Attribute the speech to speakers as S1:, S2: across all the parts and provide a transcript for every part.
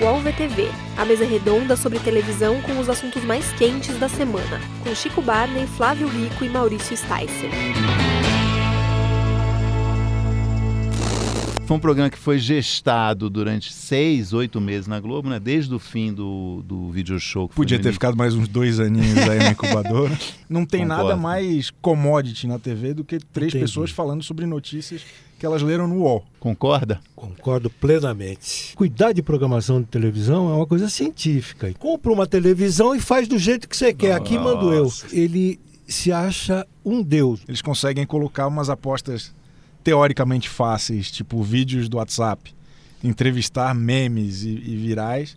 S1: o AlvTV, a mesa redonda sobre televisão com os assuntos mais quentes da semana, com Chico Barney, Flávio Rico e Maurício Sticer.
S2: Foi um programa que foi gestado durante seis, oito meses na Globo, né? Desde o fim do, do video show. Que foi
S3: Podia
S2: no
S3: ter
S2: início.
S3: ficado mais uns dois aninhos aí na incubadora. Não tem
S2: Concordo.
S3: nada mais commodity na TV do que três
S4: Entendi.
S3: pessoas falando sobre notícias que elas leram no UOL.
S2: Concorda?
S4: Concordo plenamente. Cuidar de programação de televisão é uma coisa científica. Compra uma televisão e faz do jeito que você quer. Aqui mando eu. Ele se acha um deus.
S3: Eles conseguem colocar umas apostas teoricamente fáceis, tipo vídeos do WhatsApp, entrevistar memes e, e virais.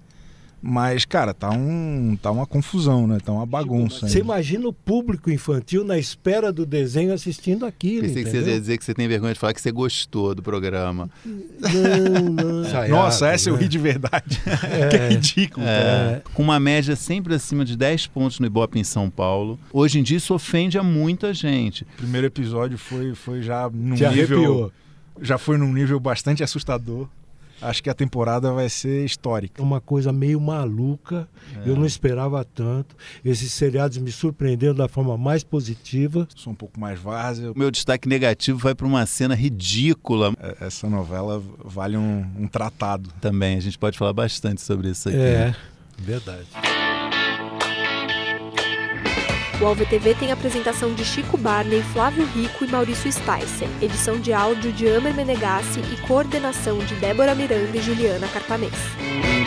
S3: Mas, cara, tá, um, tá uma confusão, né? Tá uma bagunça.
S4: Você
S3: aí.
S4: imagina o público infantil na espera do desenho assistindo aquilo.
S2: Pensei que você ia
S4: entendeu?
S2: dizer que você tem vergonha de falar que você gostou do programa.
S4: Não, não.
S3: Nossa, essa eu
S4: né?
S3: ri de verdade.
S4: É.
S3: que ridículo, cara.
S2: É, Com uma média sempre acima de 10 pontos no Ibope em São Paulo. Hoje em dia isso ofende a muita gente.
S3: O primeiro episódio foi, foi já num
S4: Te
S3: nível.
S4: arrepiou.
S3: Já foi num nível bastante assustador. Acho que a temporada vai ser histórica.
S4: É Uma coisa meio maluca,
S2: É.
S4: eu não esperava tanto. Esses seriados me surpreenderam da forma mais positiva.
S3: Sou um pouco mais várzea.
S2: O meu destaque negativo vai para uma cena ridícula
S3: É, Essa novela vale um, um tratado.
S2: também. A gente pode falar bastante sobre isso aqui.
S4: É, verdade.
S1: O AlvTV tem a apresentação de Chico Barney, Flávio Rico e Maurício Sticer, edição de áudio de Amer Menegassi e coordenação de Débora Miranda e Juliana Carpanês.